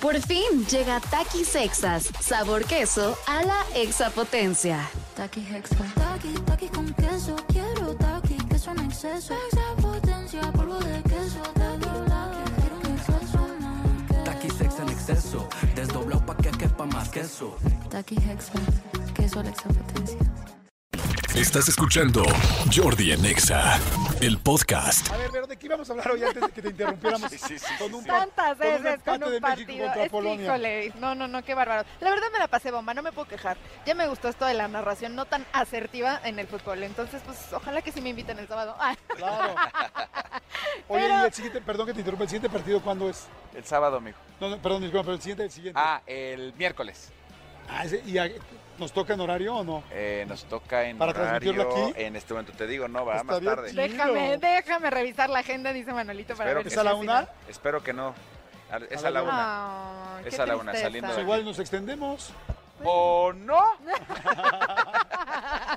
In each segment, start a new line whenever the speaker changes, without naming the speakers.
Por fin llega Taqui Sexas, sabor queso a la exapotencia.
Taqui Hexa. Taqui, taqui con queso. Quiero taqui, queso en exceso. Extra potencia, polvo de queso. Taqui, taqui, quiero un exceso más.
Taqui sex en exceso, desdoblado pa' que quepa más queso.
Taqui Hexa. Queso a la extra potencia.
Estás escuchando Jordi en EXA, el podcast.
A ver, pero ¿de qué íbamos a hablar hoy antes de que te interrumpiéramos? con un par-
Tantas
con un
veces con
empate
un
de México
partido.
contra
Es que,
Polonia.
híjole, no, no, no, qué bárbaro. La verdad me la pasé bomba, no me puedo quejar. Ya me gustó esto de la narración no tan asertiva en el fútbol. Entonces, pues, ojalá que sí me inviten el sábado. Ah,
Claro. Oye,
Pero-
y el siguiente, perdón que te interrumpa, ¿el siguiente partido cuándo es?
El sábado, mijo.
No, no, perdón, disculpa, pero el siguiente, el siguiente.
Ah, el miércoles.
Ah, ese- ¿Y a- nos toca en horario o no?
Eh, nos toca en
¿Para
horario,
transmitirlo aquí?
En este momento te digo, no, va
Está
más
bien
tarde.
chido.
déjame, déjame revisar la agenda, dice Manolito, para
Espero
ver.
que
¿Es
si
a la
al
una?
final-
Espero que no. Al- Es
A
a la
la
una.
Ah,
Es
qué
a la una,
tristeza.
saliendo
Pues
de-
igual nos extendemos.
¿O no?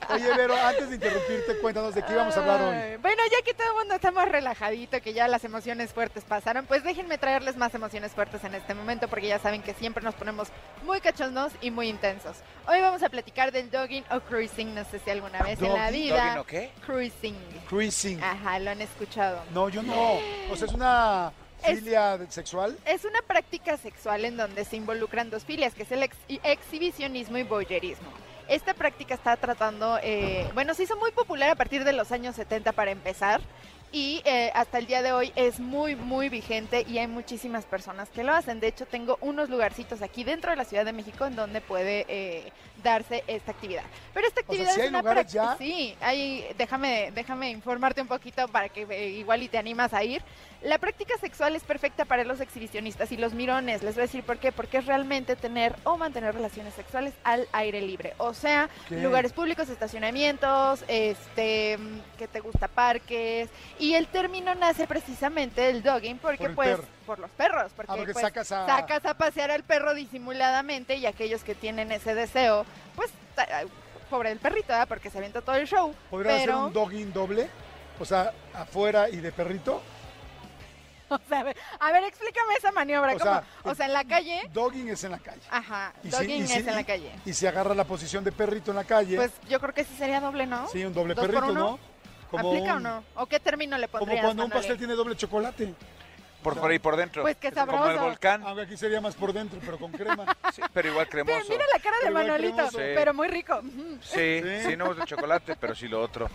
Oye, Vero, antes de interrumpirte, cuéntanos de qué íbamos a hablar hoy.
Ay, Bueno, ya que todo el mundo está más relajadito, que ya las emociones fuertes pasaron, pues déjenme traerles más emociones fuertes en este momento, porque ya saben que siempre nos ponemos muy cachondos y muy intensos. Hoy vamos a platicar del dogging o cruising, no sé si alguna vez en la
Dogging,
vida.
¿Dogging o qué?
Cruising.
Cruising.
Ajá, lo han escuchado.
No, yo no. O sea, es una
Es-
filia sexual.
Es una práctica sexual en donde se involucran dos filias, que es el ex- y- exhibicionismo y voyerismo. Esta práctica está tratando, eh, bueno, se hizo muy popular a partir de los años 70 para empezar y eh, hasta el día de hoy es muy, muy vigente y hay muchísimas personas que lo hacen. De hecho, tengo unos lugarcitos aquí dentro de la Ciudad de México en donde puede eh, darse esta actividad. Pero esta
sea,
actividad
¿sí
es
hay
una
lugares
práctica...
ya?
Sí, hay, déjame, déjame informarte un poquito para que eh, igual y te animas a ir. La práctica sexual es perfecta para los exhibicionistas y los mirones. Les voy a decir por qué. Porque es realmente tener o mantener relaciones sexuales al aire libre. O sea,
¿Qué?
lugares públicos, estacionamientos, este, mm, que te gusta parques. Y el término nace precisamente del dogging
Por
porque
el
pues
perro.
por los perros. Porque,
Ah, porque
pues,
sacas a...
sacas a pasear al perro disimuladamente y aquellos que tienen ese deseo, pues ta- ay, pobre del perrito, ¿verdad? porque se avienta todo el show.
¿Podrías hacer
pero-
un dogging doble? O sea, afuera y de perrito.
O sea, a ver, a ver, explícame esa maniobra.
O
¿cómo?
sea,
o sea, en la calle.
Dogging es en la calle.
Ajá,
Y sí,
dogging
y sí,
es en la calle.
Y si agarra la posición de perrito en la calle,
Pues yo creo que sí sería doble, ¿no?
sí, un doble
¿dos por
perrito,
uno?
¿no?
¿Aplica o
un-
no? ¿O qué término le
Como
pondrías?
cuando un
Manoli?
pastel tiene doble chocolate.
Por fuera y por dentro.
Pues qué
Como el
sabroso.
volcán.
Aunque aquí sería más por dentro, pero con crema.
Sí, pero igual
Mira,
cremoso.
mira la cara de
Pero igual
Manolito,
cremoso.
Sí.
pero muy rico. Ujú.
Sí,
Sí.
sí, no es de chocolate, pero sí lo otro.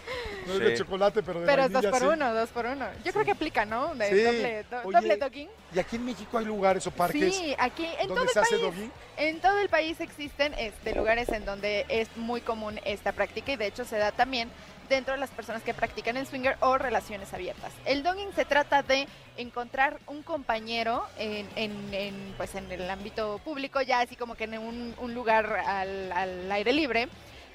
No es de
Sí.
chocolate, pero de
Pero es dos
vainilla,
por
sí.
uno, dos por uno. Yo creo que aplica, ¿no? De
Sí.
doble, do-
Oye,
doble dogging.
Y aquí en México hay lugares o parques
Sí, aquí en todo
donde
el
se hace
país.
dogging.
En todo el país existen este, lugares en donde es muy común esta práctica y de hecho se da también dentro de las personas que practican el swinger o relaciones abiertas. El dogging se trata de encontrar un compañero en, en- en, pues, en el ámbito público, ya así como que en un, un lugar al, al aire libre.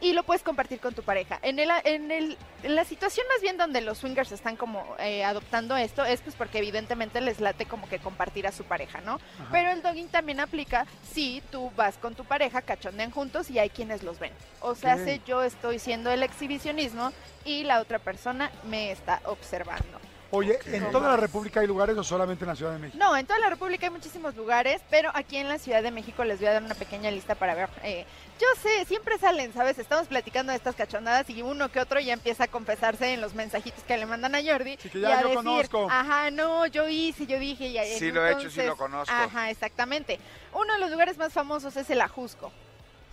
Y lo puedes compartir con tu pareja. En, el, en, el, en la situación más bien donde los swingers están como eh, adoptando esto es pues porque evidentemente les late como que compartir a su pareja, ¿no? Pero el dogging también aplica si tú vas con tu pareja, cachondean juntos y hay quienes los ven. O sea,
Ok.
si yo estoy siendo el exhibicionismo y la otra persona me está observando.
Oye,
No
¿en toda la
más.
República hay lugares o solamente en la Ciudad de México?
No, en toda la República hay muchísimos lugares, pero aquí en la Ciudad de México les voy a dar una pequeña lista para ver. Eh, yo sé, siempre salen, ¿sabes? Estamos platicando de estas cachondadas y uno que otro ya empieza a confesarse en los mensajitos que le mandan a Jordi.
Sí, que
y
ya
a
yo
decir,
conozco.
Ajá, no, yo hice, yo dije. Y,
Sí lo he hecho, sí lo
entonces-
conozco.
Ajá, exactamente. Uno de los lugares más famosos es el Ajusco.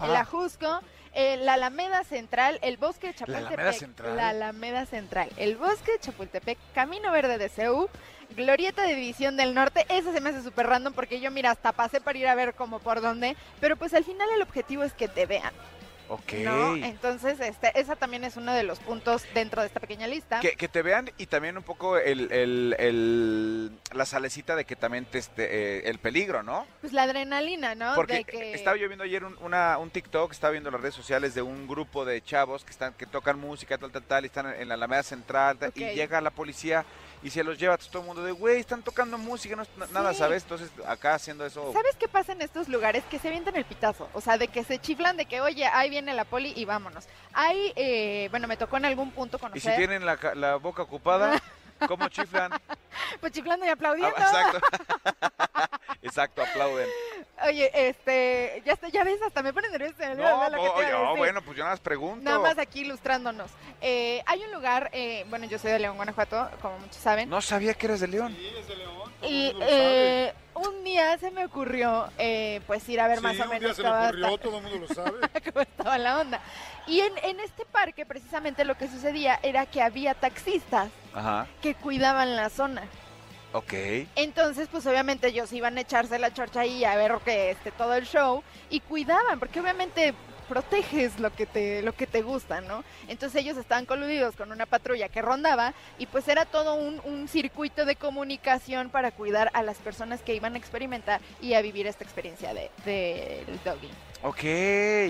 El
Ajá.
Ajusco, eh, la Alameda Central, el Bosque de Chapultepec.
Alameda Central.
la Alameda Central, el Bosque de Chapultepec, Camino Verde de CEU, Glorieta de División del Norte. Eso se me hace súper random porque yo, mira, hasta pasé para ir a ver como por dónde. Pero pues al final el objetivo es que te vean,
Ok.
¿no? Entonces, este, esa también es uno de los puntos dentro de esta pequeña lista.
Que, que te vean y también un poco el, el- el- la salecita de que también te este, eh, el peligro, ¿no?
Pues la adrenalina, ¿no?
Porque
de que...
estaba yo viendo ayer un, una- un TikTok, estaba viendo las redes sociales de un grupo de chavos que están que tocan música, tal, tal, tal, y están en la Alameda Central, tal,
Ok.
y llega la policía y se los lleva Entonces, todo el mundo de, güey, están tocando música, no es na- nada,
Sí.
¿sabes? Entonces acá haciendo eso...
¿Sabes qué pasa en estos lugares? Que se avientan el pitazo. O sea, de que se chiflan de que, oye, ahí viene la poli y vámonos. Ahí, eh, bueno, me tocó en algún punto
Y
conocer.
si tienen la, ca- la boca ocupada, ¿cómo chiflan?
Pues chiflando y
Ah,
aplaudiendo.
exacto. exacto, aplauden.
Oye, este, ya, está, ya ves, hasta me pone nerviosa. se me olvidó
No,
hablar lo que te
oye,
iba a
no,
decir.
bueno, pues yo nada más pregunto.
Nada más aquí ilustrándonos. Eh, hay un lugar, eh, bueno, yo soy de León, Guanajuato, como muchos saben.
No sabía que eres de León.
y eh, un día se me ocurrió, eh, pues, ir a ver más o
un día
menos
se le
cómo
ocurrió,
está-
todo el mundo lo sabe.
cómo estaba la onda. Y en, en este parque, precisamente, lo que sucedía era que había taxistas
Ajá,
que cuidaban la zona.
ok.
Entonces, pues obviamente ellos iban a echarse la chorcha ahí a ver que este todo el show y cuidaban, porque obviamente proteges lo que te lo que te gusta, ¿no? Entonces ellos estaban coludidos con una patrulla que rondaba y pues era todo un, un circuito de comunicación para cuidar a las personas que iban a experimentar y a vivir esta experiencia de- del dogging.
Ok.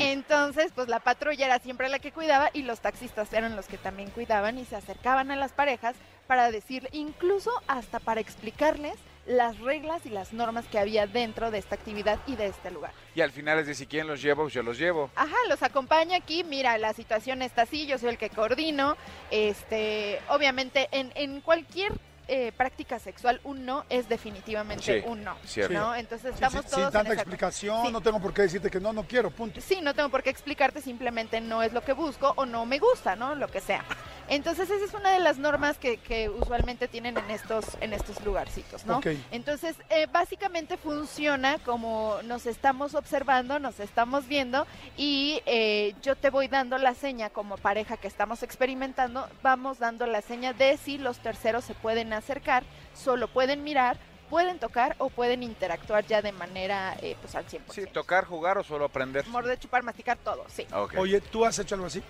Entonces, pues la patrulla era siempre la que cuidaba y los taxistas eran los que también cuidaban y se acercaban a las parejas para decir, incluso hasta para explicarles las reglas y las normas que había dentro de esta actividad y de este lugar.
Y al final es decir, ¿quién los lleva? Pues yo los llevo.
Ajá, los acompaña aquí, mira, la situación está así, yo soy el que coordino. Este, obviamente, en, en cualquier eh, práctica sexual, un no es definitivamente
Sí,
un no.
cierto.
¿no? Entonces
Sí, sí,
estamos todos
sin
en
tanta
esa-
explicación,
Sí.
no tengo por qué decirte que no, no quiero, punto.
Sí, no tengo por qué explicarte, simplemente no es lo que busco o no me gusta, ¿no? Lo que sea. Entonces esa es una de las normas que, que usualmente tienen en estos, en estos lugarcitos, ¿no?
Ok.
Entonces, eh, básicamente funciona como nos estamos observando, nos estamos viendo y eh, yo te voy dando la seña como pareja que estamos experimentando, vamos dando la seña de si los terceros se pueden acercar, solo pueden mirar, pueden tocar o pueden interactuar ya de manera eh, pues al 100%.
Sí, tocar, jugar o solo aprender. Ah,
Morder, chupar, masticar, todo, sí.
Ok.
Oye, ¿tú has hecho algo así?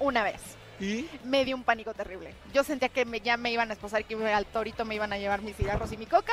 Una vez.
¿Y?
Me dio un pánico terrible. Yo sentía que me- ya me iban a esposar, que me- al torito me iban a llevar mis cigarros y mi coca,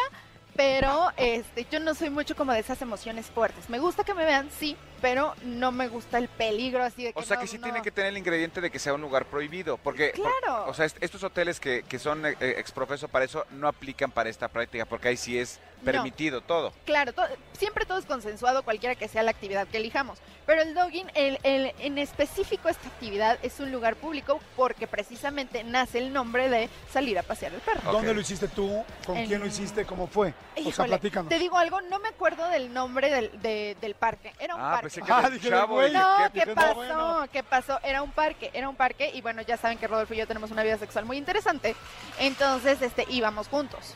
pero este, yo no soy mucho como de esas emociones fuertes. Me gusta que me vean, sí, pero no me gusta el peligro así de que
o sea
no,
que sí
no.
tiene que tener el ingrediente de que sea un lugar prohibido. Porque, por-
Claro.
o sea, est- estos hoteles que, que son eh, eh, exprofeso para eso no aplican para esta práctica porque ahí sí es
No.
permitido todo.
Claro, to- siempre todo es consensuado, cualquiera que sea la actividad que elijamos. Pero el dogging, el- el- en específico esta actividad, es un lugar público porque precisamente nace el nombre de salir a pasear el perro.
¿Dónde
Ok.
lo hiciste tú? ¿Con quién lo
En-
hiciste? ¿Cómo fue? o sea,
Híjole,
platícanos.
Te digo algo, no me acuerdo del nombre del, de- del parque. Era un
Ah,
parque.
pensé que
Ah,
del
dije,
chavo.
güey.
dije,
No,
¿qué?
¿qué
no,
pasó?
bueno.
¿Qué pasó? Era un parque, era un parque y bueno, ya saben que Rodolfo y yo tenemos una vida sexual muy interesante. Entonces, este, íbamos juntos.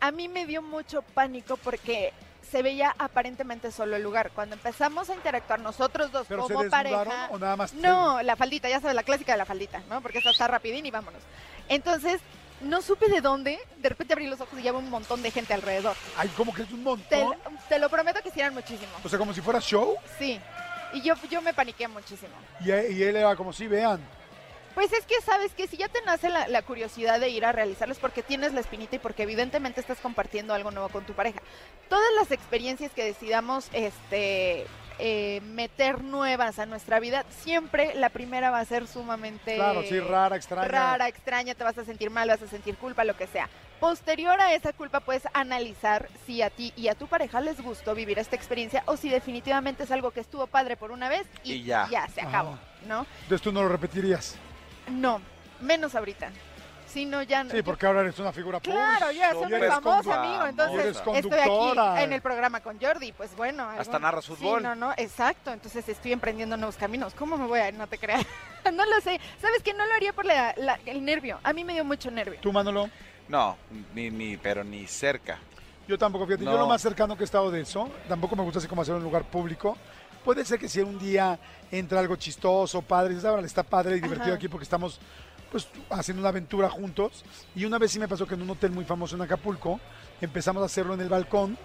A mí me dio mucho pánico porque se veía aparentemente solo el lugar. Cuando empezamos a interactuar nosotros dos
¿Pero se
como
desnudaron
pareja,
o nada más? te-
no, la faldita, ya sabes, la clásica de la faldita, ¿no? Porque esa está rapidín y vámonos. Entonces, no supe de dónde, de repente abrí los ojos y lleva un montón de gente alrededor.
Ay, como que es un montón.
Te, te lo prometo que sí eran muchísimo.
O sea, como si fuera show.
Sí. Y yo, yo me paniqué muchísimo.
Y, e- y él era como si vean.
Pues es que sabes que si ya te nace la, la curiosidad de ir a realizarlos porque tienes la espinita y porque evidentemente estás compartiendo algo nuevo con tu pareja. Todas las experiencias que decidamos este eh, meter nuevas a nuestra vida, siempre la primera va a ser sumamente
Claro, sí, rara, extraña.
rara, extraña, te vas a sentir mal, vas a sentir culpa, lo que sea. Posterior a esa culpa puedes analizar si a ti y a tu pareja les gustó vivir esta experiencia o si definitivamente es algo que estuvo padre por una vez y,
Y ya.
se acabó,
Ajá.
¿no?
Entonces tú no lo repetirías.
No, menos ahorita. Si no, ya no.
Sí, porque ahora eres una figura
Claro, yo ya soy
y
muy
eres
famosa,
condu-
amigo.
famosa.
Entonces,
Eres
estoy
conductora.
aquí en el programa con Jordi. Pues bueno.
Hasta
algún-
narras fútbol.
Sí, no, no, exacto. Entonces estoy emprendiendo nuevos caminos. ¿Cómo me voy a ir? No te creas. no lo sé. ¿Sabes que No lo haría por la- la- el nervio. A mí me dio mucho nervio.
pública. Tú, Manolo,
No, ni, ni, pero ni cerca.
yo tampoco, fíjate, yo
No.
lo más cercano que he estado de eso, tampoco me gusta así como hacer un lugar público. Puede ser que si un día entra algo chistoso, padre, dices, "Ábrale, está padre y divertido
Ajá.
aquí porque estamos pues haciendo una aventura juntos. Y una vez sí me pasó que en un hotel muy famoso en Acapulco, empezamos a hacerlo en el balcón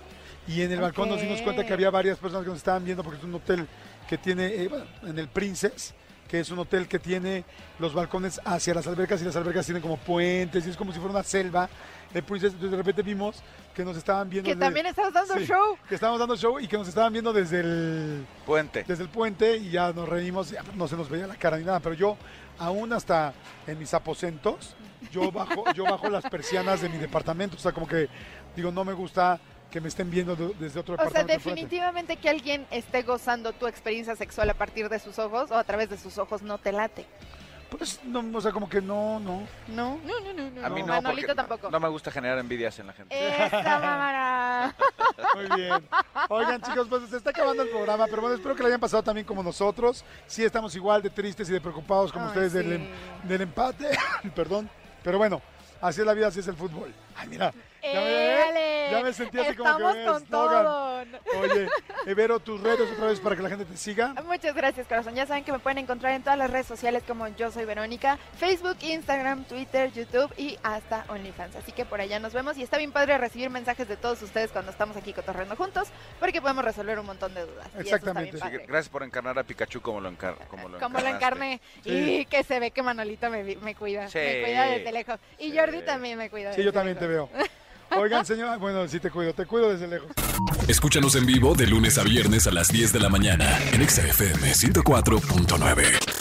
y en el balcón nos dimos cuenta que
Ok.
había varias personas que nos estaban viendo porque es un hotel que tiene, eh, bueno, en el Princess, que es un hotel que tiene los balcones hacia las albercas y las albercas tienen como puentes y es como si fuera una selva. El Princess, entonces de repente vimos que nos estaban viendo.
Que
desde-
también estabas dando
Sí.
show.
Que estábamos dando show y que nos estaban viendo desde el,
Puente.
desde el puente y ya nos reímos, ya no se nos veía la cara ni nada, pero yo aún hasta en mis aposentos, yo bajo, yo bajo las persianas de mi departamento, o sea, como que digo, no me gusta que me estén viendo de- desde otro
O sea,
departamento. enfrente.
definitivamente que alguien esté gozando tu experiencia sexual a partir de sus ojos o a través de sus ojos no te late.
Pues, no, o sea, como que no, no.
No, no, no, no. no.
A mí no,
Manolito
porque
tampoco. Eh.
no me gusta generar envidias en la gente.
Esa mamara.
Muy bien. Oigan, chicos, pues se está acabando el programa, pero bueno, espero que lo hayan pasado también como nosotros. Sí, estamos igual de tristes y de preocupados como
Ay,
ustedes del,
sí.
em- del empate. Perdón. Pero bueno, así es la vida, así es el fútbol. Ay, mira. Ya me-
Éale.
ya me sentí así como que
Estamos
me
con
eslogan.
todo.
Oye, Evero, tus redes otra vez para que la gente te siga.
Muchas gracias, corazón. Ya saben que me pueden encontrar en todas las redes sociales como Yo Soy Verónica, Facebook, Instagram, Twitter, YouTube y hasta OnlyFans. Así que por allá nos vemos y está bien padre recibir mensajes de todos ustedes cuando estamos aquí cotorreando juntos porque podemos resolver un montón de dudas. Y eso está bien
Exactamente.
Sí,
padre.
gracias por encarnar a Pikachu como lo, encar como lo
Como lo
encarnaste.
encarné.
Sí.
Y que se ve que Manolito me, vi- me cuida.
Sí.
Me cuida desde lejos. Y
Sí.
Jordi también me cuida.
Sí, yo
desde
también te
lejos.
veo. Oigan, señora, bueno, sí te cuido, te cuido desde lejos.
Escúchanos en vivo de lunes a viernes a las 10 de la mañana en Exa FM 104.9.